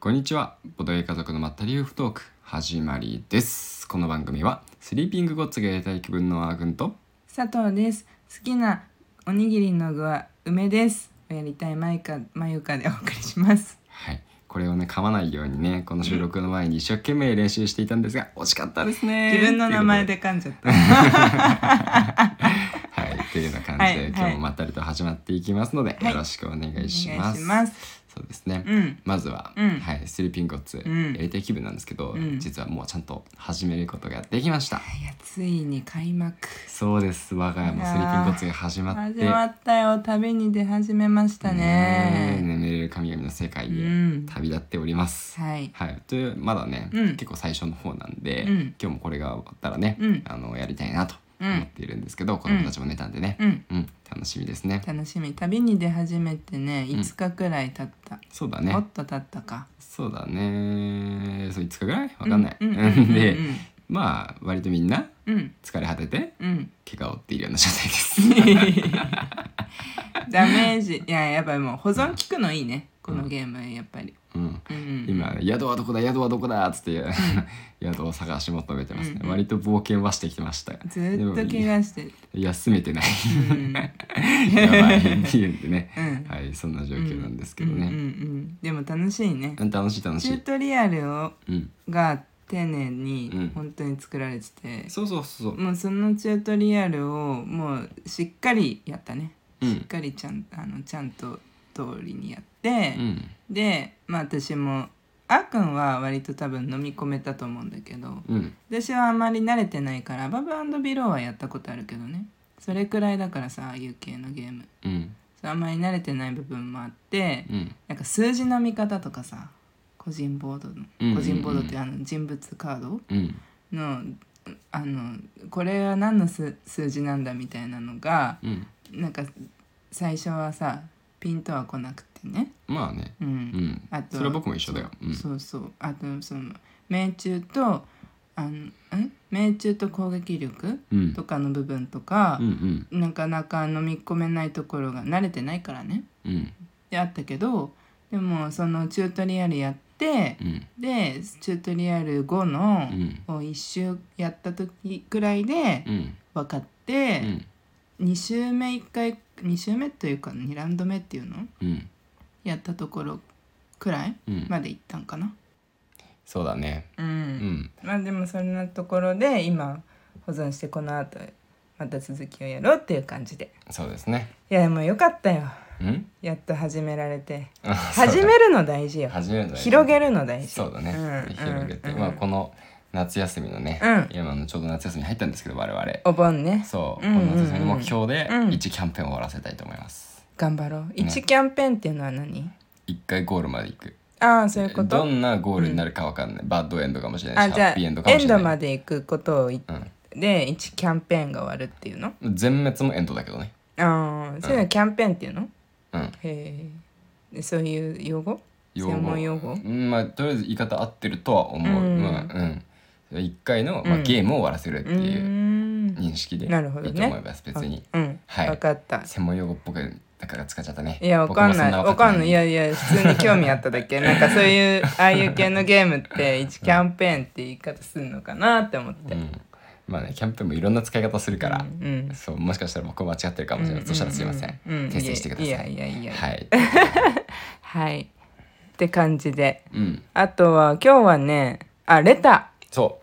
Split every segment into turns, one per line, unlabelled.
こんにちはボドゲ家族のまったり夫婦トーク始まりですこの番組はスリーピングゴッツがやりたい気分のあーくんと
佐藤です好きなおにぎりの具は梅ですやりたいまゆかまゆかでお送りします
はいこれをね噛まないようにねこの収録の前に一生懸命練習していたんですが惜しかったですね
自分の名前
という
で噛んじゃっ
こ
た
とではいというような感じで、
はいはい
今日もまったりと始まっていきますので、
はい
よろしくお願
お願
いします
ます
そうですね、
うん
まずは、
うん
はい、スリーピンゴッツ
うん
やりたい気分なんですけど、
うん
実はもうちゃんと始めることができました、
いやついに開幕
そうです我が家もスリーピンゴッツが始まって
始まったよ旅に出始めました
ねえ
ね
眠れる神々の世界
う
へ
ん
旅立っております。
はい
はい、というまだね、
うん
結構最初の方なんで、
うん
今日もこれが終わったらね、
うん
あのやりたいなと
う
思っ
ん
ているんですけど、子供たちも寝たんでね、
うん
うん楽しみですね。
楽しみ旅に出始めてね
うん
5日くらい経った、
そうだ
もっ
ね
と経ったか
そうだねそう5日ぐらいわかんない。
うんうんうんうん
でまあ割とみんな
うんうん
疲れ果てて
うん
怪我を負っているような状態です。
ダメージいややっぱりもう保存効くのいいねこのゲームやっぱり、
うん
うん、
今宿はどこだ宿はどこだっつって、 宿を探し求めてますね、
うんうん
割と冒険はしてきてました
ずーっと怪我してる、
休め てない
うん
やばいっていうんでね、
うん
はいそんな状況なんですけど
うんうん
ね、
うん、でも楽しいね
楽しい楽し
チュー
い、
トリアルを
うん、
が丁寧
うん
に本当に作られてて、
そうそうそうそう
もうそのチュートリアルをもうしっかりやったね、
うん
しっかりちゃんあのちゃんと通りにやって
う、ん
でまあ私もあーくんは割と多分飲み込めたと思うんだけど、
うん
私はあまり慣れてないからバブビローはやったことあるけどねそれくらいだからさああいう系のゲーム
うん
そうあんまり慣れてない部分もあって
うん
なんか数字の見方とかさ個人ボードの、
うんうんうん
個人ボードってあの人物カード
うん
のあのこれは何の数数字なんだみたいなのが
うん
なんか最初はさピンとは来なくてね、
まあね
うん
うん
あと
それは僕も一緒だようん
そうそうあとその命中とあのん命中と攻撃力
うん
とかの部分とか
うんう、ん
なかなか飲み込めないところが慣れてないからね
うん
であったけどでもそのチュートリアルやって
うん
でチュートリアル5
う
の
ん
を1周やった時くらいで
うん
分かっ
う
て、
ん
2周目1回2周目というか2ラウンド目っていうの
うん
やったところくらい
うん
まで行ったんかな。
そうだね
うん
うん
まあでもそんなところで今保存してこの後また続きをやろうっていう感じで
そうですね
いやでもよかったよ
うん
やっと始められて
あ そうだ
始めるの大事よ
始めるんじゃない
広げるの大事
そうだね、
うん
広げて、
うん
まあこの夏休みのね、
う
今のちょうど夏休みに入ったんですけど我々
お盆ね
そう、
うんうんうん
この夏休みの目標で
うん
1キャンペーンを終わらせたいと思います、
頑張ろう1キャンペーンっていうのは何
一回ゴールまで行く
ああそういうこ
ど
と
んなゴールになるかわかんない、バッドエンドかもしれな
あ
いし
じ
ハ
ゃ
ッ
あ
ピーエ
エ
ン
ン
ドかもしれ
ド
な
ま
い
で行くことを言ってで1キャンペーンが終わるっていうの
うん、全滅もエンドだけどね
ああそういうのキャンペーンっていうの
うん
へえでそういう用語
用語
専門用語
うんまあとりあえず言い方合ってるとは思う、
うん
まあうん、1回の、まあ、
うん
ゲームを終わらせるって
うー
いうん認識でいいと
なるほどね
思います、別に
あうん
はい
分かった
専門用語っぽくだから使っちゃったね
いやわかんな
僕も
い
そ
わ
わか
か
ん
ん
な
ないいいやいや普通に興味あっただけなんかそういうああいう系のゲームって1キャンペーンって言い方するのかなって思って
うん、まあねキャンペーンもいろんな使い方するから、
うん
そうもしかしたら僕間違ってるかもしれない、そしたらすいません、
ううう
訂正してください
やいやいやいや
はい、
はいって感じで
うん、
あとは今日はねあレター
そ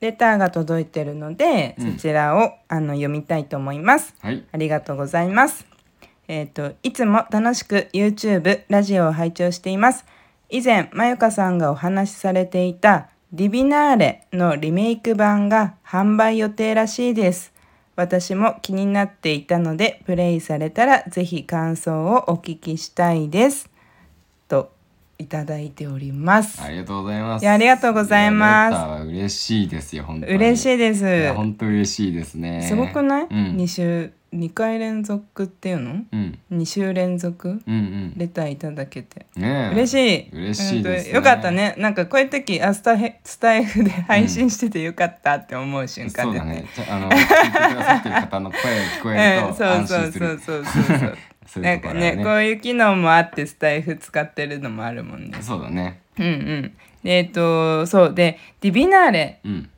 レターが届いてるので
うん
そちらを、あの読みたいと思います
うはい
ありがとうございます。えっ、と、いつも楽しく YouTube、ラジオを拝聴しています。以前、まゆかさんがお話しされていたディビナーレのリメイク版が販売予定らしいです。私も気になっていたので、プレイされたらぜひ感想をお聞きしたいです。と、いただいております。
ありがとうございます
いやありがとうございます
やレターは嬉しいですよ本当に
嬉しいで
いや
す。
本当嬉しいですね
すごくない、
う
?2
ん、
週、2回連続っていうの
うん、
?2 週連続
うんうん
レターいただけて
ねえ
嬉しい
嬉しいですね
うんよかったねなんかこういう時あスタヘスタイフで配信しててよかったって思う瞬間
そう
で
だねちょあの聞いてくださってる方の声が聞こえる
うん
と
そう
安
そう
心す
そう
る
そうそうそう
そう
ないん
うとこ
か
ろだ
ね
よ
こういう機能もあってスタイフ使ってるのもあるもんね
そうだね
うんうんでえっとそうでディビナーレ
うん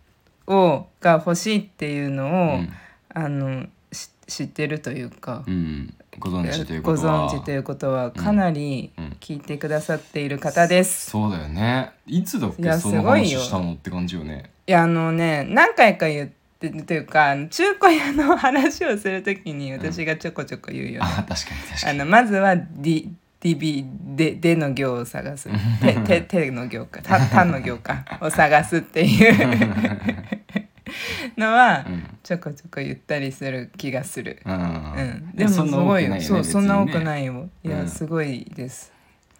をが欲しいっていう
う
のを、
ん
あのし知ってるというか、
うんご存知という
ご
ことは
存知ということはかなり
うん
聞いてくださっている方です、
そうだよねいつだっ
い
け
や
その
すごい
話
よ
したのって感じよね
いやあのね何回か言ってるというかあの中古屋の話をするときに私がちょこちょこ言うよね、
あ確かに確か
あ
に
のまずは D DB ででの行を探す手手手の行かた他の行かを探すっていう のは
うん
ちょこちょこ言ったりする気がする。
うん
うん、
い
で
や
もす
そんな多く
ご
ないい
よ、
よね
そうそんな多く
い
ないよいや、
うん
すごいです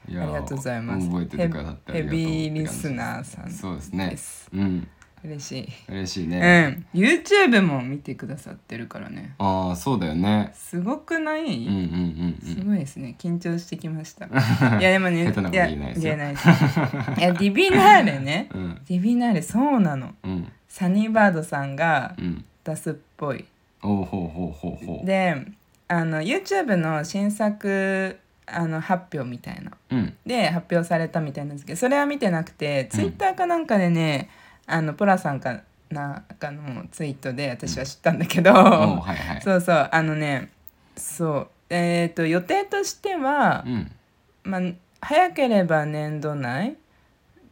あり
ありがとうございます
覚えててくださってあり
ヘ
がとう
ビーリス
ー
ナーさん
そうです
で
ね
す
うん
嬉しい、
嬉しいうね
ん、YouTube も見てくださってるからね
ああそうだよね
すごくない、
うんうんうんうん
すごいですね緊張してきましたいやでもね
下手なこと
や
言えないですよ
言えないですいやディビナーレね
うん
ディビナーレそうなの
うん
サニーバードさんが
うん
出すっぽい
おうほうほうほうほう
であの YouTube の新作あの発表みたいな
うん
で発表されたみたいなんですけどそれは見てなくて
うん
ツイッターかなんかでね、あのポラさんかなんかのツイートで私は知ったんだけど、
おうはいはい
そうそうあのねそうえっ、と予定としては
う、ん
まあ、早ければ年度内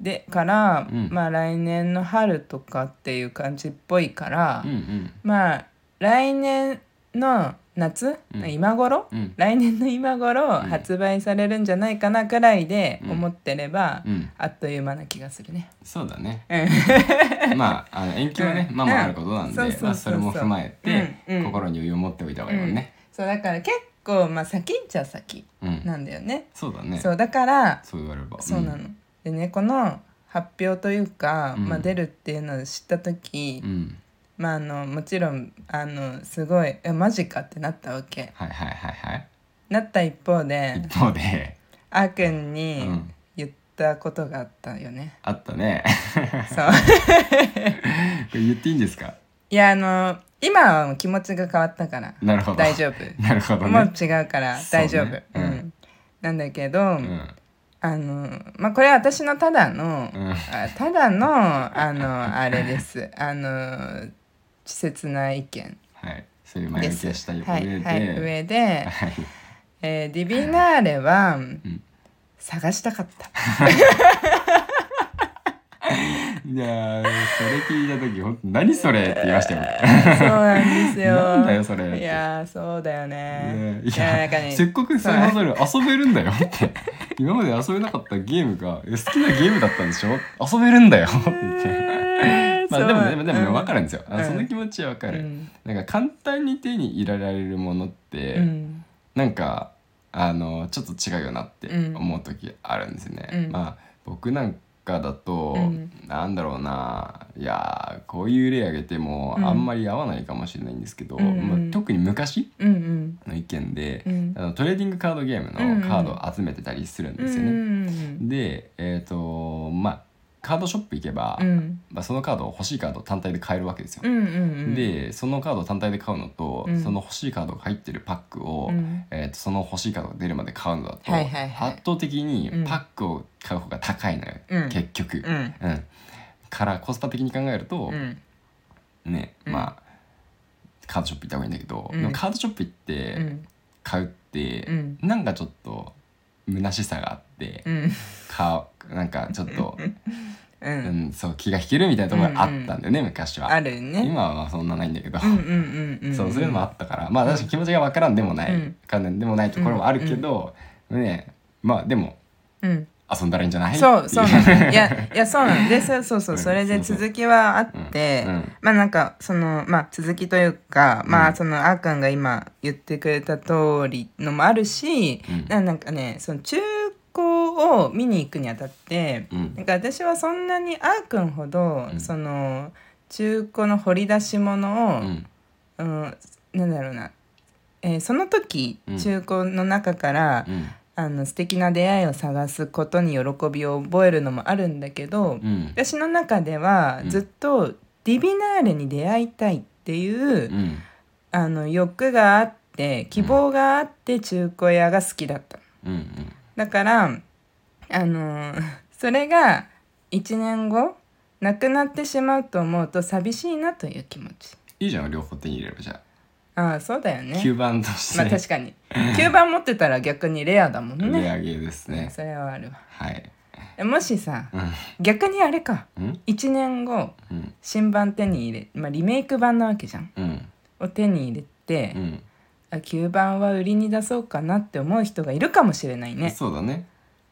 でから、
うん
まあ来年の春とかっていう感じっぽいから、
うんうん
まあ来年の夏、
うん
今頃、
うん
来年の今頃
うん
発売されるんじゃないかなくらいで
うん
思ってれば、
うん
あっという間な気がするね。
そうだね
うん
まああの延期はね
うん
まあまああることなん
うんそう
で
そうそう
まあそれも踏まえて
うんうん
心に余裕を持っておいた方がいいもんね
そうだから結構まあ先っちゃ先
うん
なんだよね。
そうだね
そうだから
そう言われれば
そうなの。でねこの発表というか、
うん
まあ、出るっていうのを知った時、
うん
まあ、あのもちろんあのすごい「えマジか」ってなったわけ。
はいはいはいはい
なった一方で
一方で
あーくんに
うん
言ったことがあったよね。
あったね
そう
これ言っていいんですか
いやあの今はもう気持ちが変わったから
なるほど
大丈
夫 なるほ
夫
ど
もう
ね
違うから大丈夫、
そうね
う
うんん
なんだけど、
うん
あのまあこれは私のただの、
うん
あただのあのあれですあの稚拙な意見
はいそういう前
で
置き
す
をした上で
はいはい、上 で、
はい
えーディビナーレは、探した かった
いやーそれ聞いた時ほんと何それって言いましたよ
そうなんですよ。
なんだよそれ
いやーそうだよね
ね。
いやなんかね
せっかくそのそれ遊べるんだよって今まで遊べなかったゲームがえ好きなゲームだったんでしょ遊べるんだよって言って
えー
まあでもねで
そ
も
う
でもね分かるんですよ、あ
うん
その気持ちは分か
う
る、
ん
なんか簡単に手に入れられるものって、
うん
なんかあのちょっと違うよなって思う時あるんですね、
うん
まあ僕なんかだと、
うん
なんだろうないやーこういう例挙げても
うん
あんまり合わないかもしれないんですけど、
うんうん
まあ、特に昔
うんうん
の意見で、
うん
あのトレーディングカードゲームのカードを集めてたりするんですよね。
うん
でえっ、とまあカードショップ行けば、
うん
まあ、そのカード欲しいカードを単体で買えるわけですよ。
うんうん
でそのカードを単体で買うのと、
うん
その欲しいカードが入ってるパックを、
うん
えー、とその欲しいカードが出るまで買うのだと、
はいはいはい
圧倒的にパックを買う方が高いのよ、
うん
結局
う、ん
うんからコスパ的に考えると
う、ん
ね
うん
まあカードショップ行った方がいいんだけど、
うん
でもカードショップ行って、
うん
買うって、
うん
なんかちょっと虚しさがあって、
うん
かなんかちょっと、
う
うんん、そう気が引けるみたいなところがあったんだよね、昔は。
あるね
今はまあそんなないんだけど、
うんうんうんうん
そうそういうのもあったからまあ確かに気持ちがわからんでもない、
うん
関連でもないところもあるけど、ねまあでも
うん
遊んだらいいんじゃない
そう
ってい
そうな のいやいやそうなのでそうそうそう
うん
それで
そうそう
続きはあって
うんうん
まあなんかそのまあ続きというかま
う
あ
ん
そのあーくんが今言ってくれた通りのもあるし
うん
ななんかねその中古を見に行くにあたって
うん
なんか私はそんなにあーくんほど、
うん
その中古の掘り出し物を、
う
うん
ん
なんだろうな、えーその時、
うん
中古の中から、
うん
あの素敵な出会いを探すことに喜びを覚えるのもあるんだけど、
うん
私の中では
うん
ずっとディビナーレに出会いたいっていう、
うん
あの欲があって。て希望があって中古屋が好きだったの
うんうん
だからあのーそれが1年後なくなってしまうと思うと寂しいなという気持ち
いいじゃん両方手に入れればじゃ
ああそうだよ
あ、
ね
吸盤として、
まあ確かに吸盤持ってたら逆にレアだもん
レ
ね
アゲーですね
それはあるわ
はい
えもしさ
う
逆にあれか
んうん
1年後
うん
新版手に入れ、まあ、リメイク版なわけじゃん
うん
を手に入れて、
うん、
あ吸盤は売りに出そうかなって思う人がいるかもしれないね
そうだね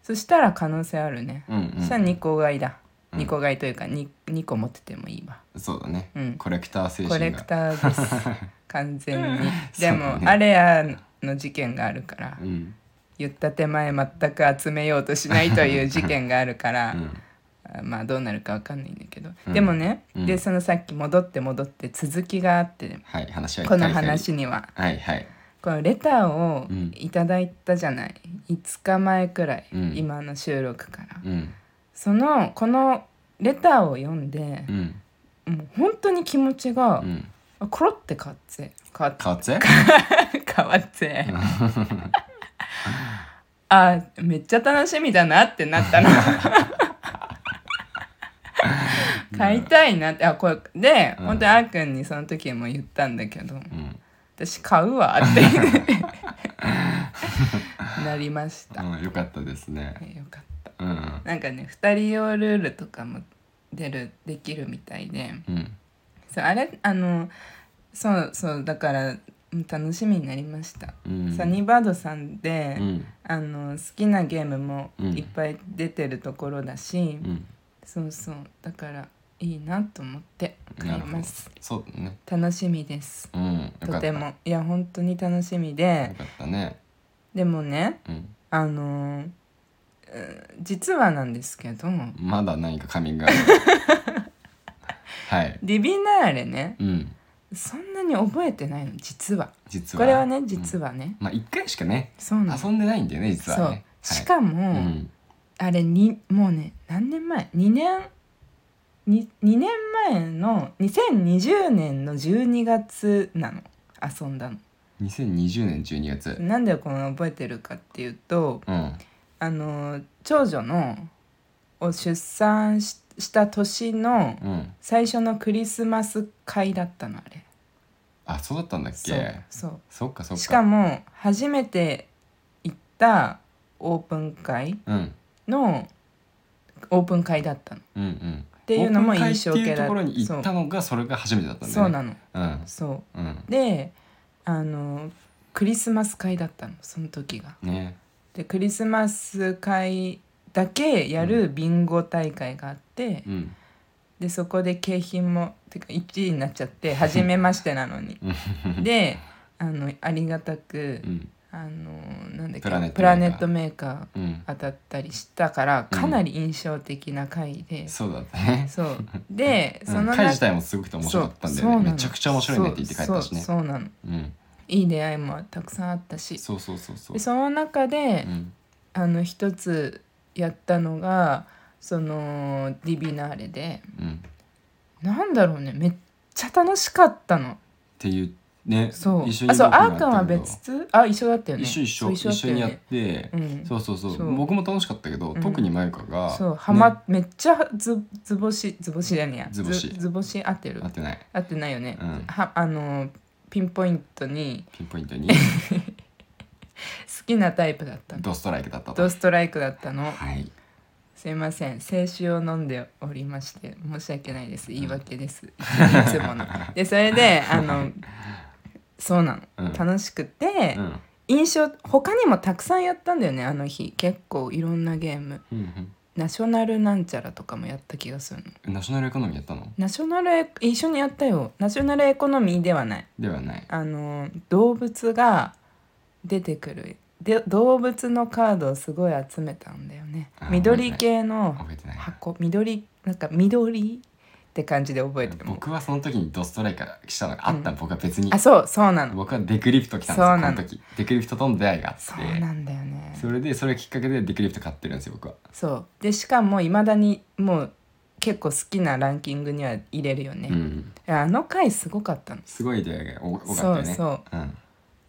そしたら可能性あるね、
うんうん
そしたら2個買いだ、
うん
2個買いというか 2, 2個持っててもいいわ
そうだね、
うん
コレクター精
コレ
神
ク
が
ターです 完全にで
そ
も、
うね
あれやの事件があるから
うん
言った手前全く集めようとしないという事件があるから、
うん
あまあどうなるかわかんないんだけど、
うん
でもね、
うん
でそのさっき戻って戻って続きがあって
はい話は一
こ
回
の
一回
話には
はいはい
このレターを
うん
いただいたじゃない、5日前くらい、
うん
今の収録から、
うん
そのこのレターを読んで
う、ん
もう本当に気持ちが、
うん
あコロって変わって変わっ
変わって
変わって、あめっちゃ楽しみだなって なったの買いたいなってあこれで、
うん
本当にあーくんにその時も言ったんだけど
うん
私買うわって なりました、
うんよかったですね
よかっ
うん
たなんかね2人用ルールとかも出るできるみたいで
うん
そうあれあのそうそうだからうん楽しみになりました、
うん
サニーバードさんで、
うん
あの好きなゲームも
うん
いっぱい出てるところだし、
うん
そうそうだからいいなと思って買います
そうだね
楽しみです
うんよかった
とてもいや本当に楽しみ
よ
で
かったね
でもね
うん
あのーうん実はなんですけど
まだ何かカミング アウトはい
ディビナーレね
うん
そんなに覚えてないの実は
実は
これはね実はね、
うんまあ一回しかね
そうなの
遊んでないんだよね実
そう、
はね
しかも、
はいうん
あれにもうね何年前2年に2年前の2020年の12月なの遊んだの。
2020年12月
なんでこの覚えてるかっていうと
うん
あの長女のを出産しした年の
うん
最初のクリスマス会だったのあれ。
あそうだったんだっ
そ
け
うそ
そっかそっか
うしかも初めて行ったオープン会
うん
のオープン会だったの。
うんうんっ
っていうのも印象
ってい
系
うと
だ
ころに
そ
行
う
ったのがそれが初めてだったんだ
そう
よね
なの
うん
そ
うん
うであのクリスマス会だったのその時が
ね
でクリスマス会だけやるビンゴ大会があって、
うん
でそこで景品もてか1位になっちゃって初めましてなのに であのありがたく
うん
あのなんだっけ
プラネットメーカー
プラネットメーカ
うん
ー当たったりしたから
うん
かなり印象的な会 で、
そうだったね
そうで
う
そ
ん
の中
会自体もすごくて面白かったんだ
そ
よ
うそうな
ね
の
めちゃくちゃ面白いねって言って帰ったしね
そうそうそうなの
うん
いい出会いもたくさんあったし
そうそうそうそう
でその中で、
うん
あの一つやったのがそのディビナーレで
うんっ
なんだろうねめっちゃ楽しかったの
ていうね
そう
一緒に
あそう
僕も
あ
や
ー
った
く
けど
んは別あ一緒だったよね
一緒一緒
そう
一緒
だ
に
た
や
よ
っ
ね
て
うん
そうそうそ
そうう
僕も楽しかったけど
うん
特にまゆかが
そうはま、
ね
めっちゃず図星図星じゃねえや
図星
図星合ってる
合ってない
合ってないよね、
うん
はあのピンポイントに
ピンポイント に
好きなタイプだったの
ドストライクだったと
ドストライクだったの
はい
すいません清酒を飲んでおりまして申し訳ないです言い訳 ですいつものでそれであのそうなの、
うん
楽しくて、
うん
印象他にもたくさんやったんだよねあの日結構いろんなゲーム
うん
ナショナルなんちゃらとかもやった気がするの
うんナショナルエコノミーやったの
ナショナルエ一緒にやったよナショナルエコノミーではない
ではない
あの動物が出てくるで動物のカードをすごい集めたんだよね
あ
緑系の
覚えてない
箱緑なんか緑って感じで覚えてる
僕はその時にドストライクしたのがあったの僕は別に
あそうそうなの
僕はデクリプト来たんです
そう
よ
な
こ
の
の時デクリプトとの出会いがあ
そ
っ
う
て
なんだよね
それでそれきっかけでデクリプト買ってるんですよ僕は
そうでしかもいまだにもう結構好きなランキングには入れるよね
う、ん
あの回すごかったの
すごい出会いが多多かった
そ
よ
う
ね
そう
うん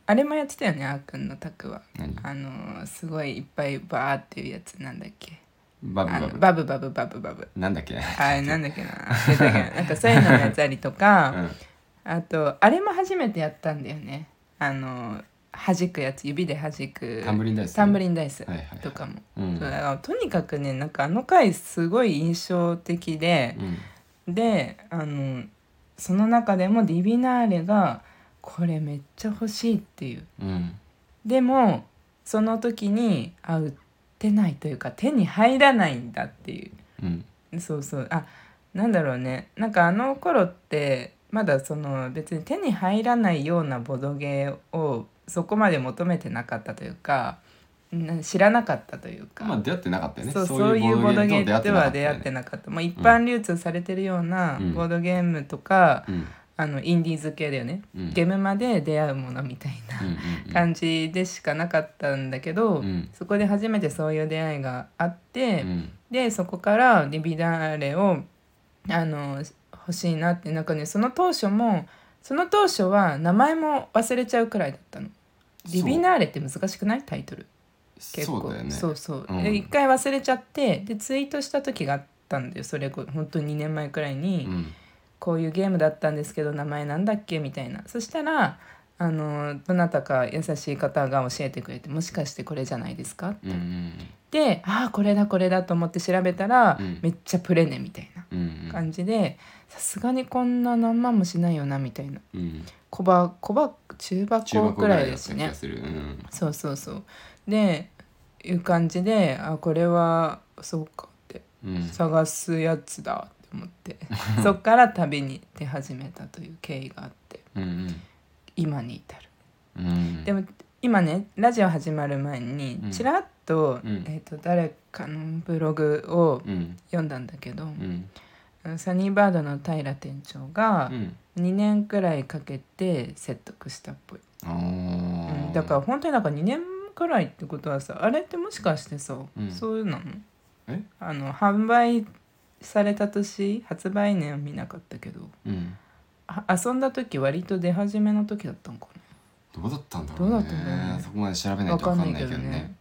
あれもやってたよねあーくんのタクは
何
あのーすごいいっぱいバーっていうやつなんだっけ
バブバ
あの
ブ
バブバブバブバブ
なんだっけ
あれなんだっけな出た けどなんかそういうのもやったりとか、
うん
あとあれも初めてやったんだよねあの弾くやつ指で弾く
タンブリンダイスね
タンブリンダイス
はいはいはい
とかも、
うん
そうだからとにかくねなんかあの回すごい印象的で、
うん
であのその中でもディビナーレがこれめっちゃ欲しいっていう
うん
でもその時にあ売ってないというか手に入らないんだっていう
うん
そうそうあなんだろうねなんかあの頃ってまだその別に手に入らないようなボドゲーをそこまで求めてなかったというかな知らなかったというか、
まあ出会ってなかったよね
そうそういうボードゲームでは出会って
なか
なかった、もう一般流通されてるような
うん
ボードゲームとか、
ったよね
あのインディーズ系だよね、
うんうん
ゲームまで出会うものみたい
うんう
な
んうん
感じでしかなかったんだけど、
うん
そこで初めてそういう出会いがあって、
うん
でそこからリビダーレをあの欲しいなってなんかねその当初もその当初は名前も忘れちゃうくらいだったの。リビナーレって難しくないタイトル結構
そうだよね
そうそう
うん
で一回忘れちゃってでツイートした時があったんだよそれこ本当に2年前くらいに、
うん
こういうゲームだったんですけど名前なんだっけみたいなそしたらあのどなたか優しい方が教えてくれてもしかしてこれじゃないですか
うんうん
でああこれだこれだと思って調べたら、
うん
めっちゃプレネみたいな
うん
感じでさすがにこんな何万もしないよなみたいな
うん
小ば小ば中
中
箱
学
く
ぐ
ら
ら
い
いだ
で
っ
す
た気
ね
がするうん
そうそうそうでいう感じであこれはそうかって
うん
探すやつだって思って そっから旅に出始めたという経緯があって
うん
今に至る
うんうん
でも今ねラジオ始まる前に
うん
ちらっと,、
うん
えっと誰かのブログを
うん
読んだんだけど、
うん
サニーバードの平店長
う
が
ん
2年くらいかけて説得したっぽい、
あ
うん
ー
だから本当になんか2年くらいってことはさあれってもしかしてさ、
うん
そういうのなの
え
あの販売された年発売年は見なかったけど
うん
あ遊んだ時割と出始めの時だったんか
どうだったんだろう
どうだったんだろう
ね
ね
そこまで調べ
な
ない
わ
とわ
か
か
ん
な
なんい
い
け
け
ど
どね
ね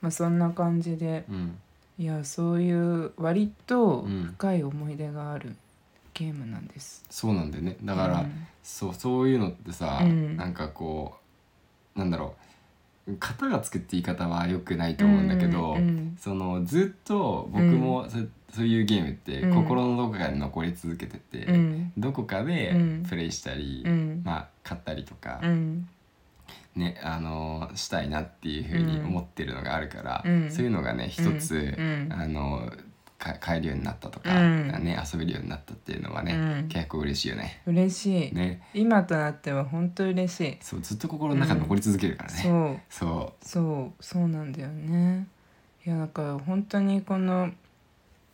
まあそんな感じで
うん
いやそういう割と
うん
深い思い出があるゲームなんです、
そうなんだよねだから
うん
そうそういうのってさ
うん
なんかこうなんだろう型がつくって言い方は良くないと思うんだけど
うん
そのずっと僕もそそういうゲームって
うん
心のどこかに残り続けてて
うん
どこかで
うん
プレイしたり
うん
まあ買ったりとか
うん
ねあのーしたいなっていうふうに思ってるのがあるから
うん
そういうのがね一つ
うん
あのーか買えるようになったとか
うん
ね遊べるようになったっていうのは
う
ね
ん
結構嬉しいよね。
嬉しい、
ね
今となっては本当嬉しい、
そうずっと心の中に残り続けるからね、
そう
そ
そうそうなんだよねいやだから本当にこの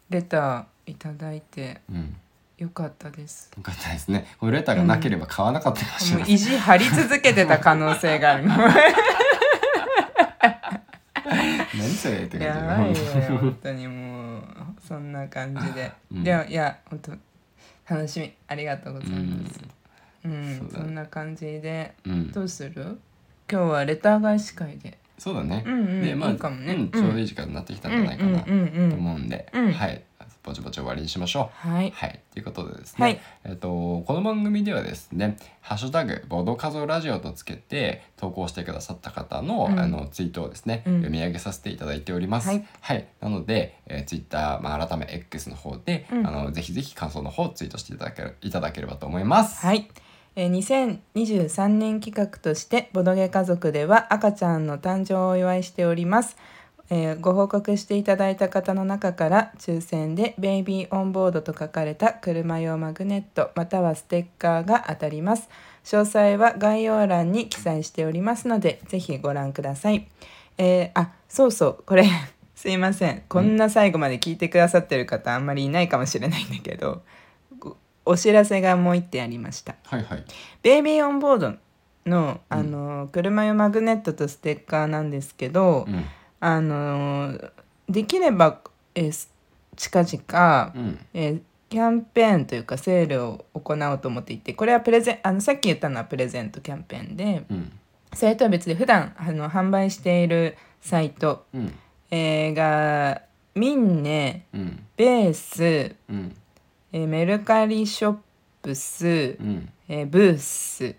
レターいただいて
ううん
よかったです
よかったですねこれレターがなければ買わなかったかもしれ
もう
ない、
意地張り続けてた可能性がある
何それって
やば
感
い
じで
よ本当にもうそんな感じで、
うん
でもいや本当楽しみありがとうございますうん、
そうだ
そんな感じで
うん
どうする今日はレター返し会で
そうだね、
うんうん
でまあ
いいかもね
うんちょうどいい時間になってきたんじゃないかな
う
と
んうんうんうん
思うんで、
うん
はいぼちぼち終わりにしましょう
はい。
はい、ということでですね、
はい
えっとこの番組ではですね「ハッシュタグボードカズオラジオ」とつけて投稿してくださった方の,、
うん
あのツイートをですね、
うん
読み上げさせていただいております。
はい
なので、えー、ツイッター、まあ、改め X の方で、
うん
あのぜひぜひ感想の方をツイートしていただけいただければと思います。
はい。えー2023年企画としてボドゲ家族では赤ちゃんの誕生をお祝いしております。えーご報告していただいた方の中から抽選で「ベイビーオンボード」と書かれた車用マグネットまたはステッカーが当たります詳細は概要欄に記載しておりますのでぜひご覧くださいえーあそうそうこれ すいませんこんな最後まで聞いてくださってる方あんまりいないかもしれないんだけどごお知らせがもう一点ありました
はい、はい、
ベイビーオンボードのあの、車用マグネットとステッカーなんですけど、
うん
あのできれば、えーす近々、
うん
えーキャンペーンというかセールを行おうと思っていてこれはプレゼンあのさっき言ったのはプレゼントキャンペーンで
うん
それとは別で普段あの販売しているサイト、
うん
えーがミンネ
うん
ベース、え
うん
ーメルカリショップス、
うん
えーブース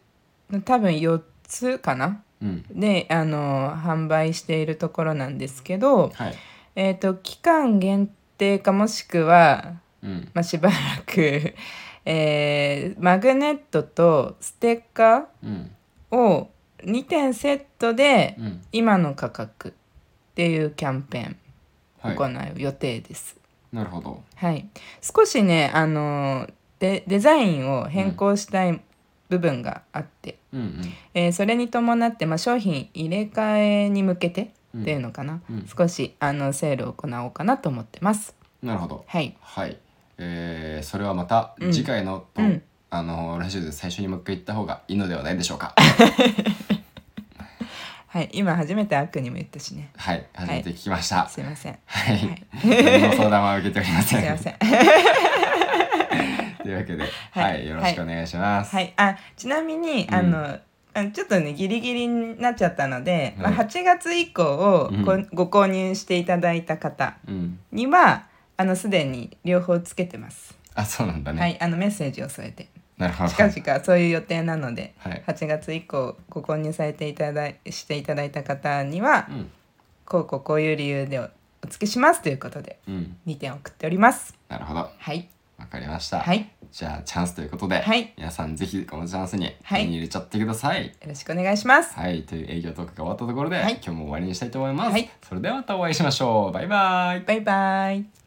の多分4つかな
うん
であの販売しているところなんですけど、
はい
えー、と期間限定かもしくは、
うん
まあ、しばらく、 えーマグネットとステッカ
うん
ーを2点セットで
うん
今の価格っていうキャンペーン
はい
行う予定です。
なるほど
はい、少しねあのデデザインを変更したい部分があって、
うんうん
えーそれに伴って、まあ、商品入れ替えに向けて
うん
っていうのかな、
うん
少しあのセールを行おうかなと思ってます。
なるほど
はい、
はいえー、それはまた
うん
次回のと、
うん
あのーラジオで最初にもう一回言った方がいいのではないでしょう か
はい、今初めてアックにも言ったしね
はい初めて聞きました
すいません
はい、
はい
何の相談は受けております せ
い
ん
ません
というわけで、は、
はいい
よろしくお願いします。
はいあちなみに
うん
あの、あちょっとねギリギリになっちゃったので、まあ、
はい
8月以降をこ
うん
ご購入していただいた方
うん、
にはあのすでに両方つけてます、
あ、そうなんだね。
はいあのメッセージを添えて
なるほど。
近々そういう予定なので
はい。
8月以降ご購入されていただいしていただいた方には
うん、
こうこうこういう理由でおお付けしますということで
うん、
2点送っております
なるほど。わ
はい
かりました。
はいよ
じゃあチャンスということで、
はい
皆さんぜひこのチャンスに
は
手
い
に入れちゃってください。
ろしくお願いします
はい、という営業トークが終わったところで、
はい
今日も終わりにしたいと思います。
はい
それではまたお会いしましょう。バイバイ。
バイバイ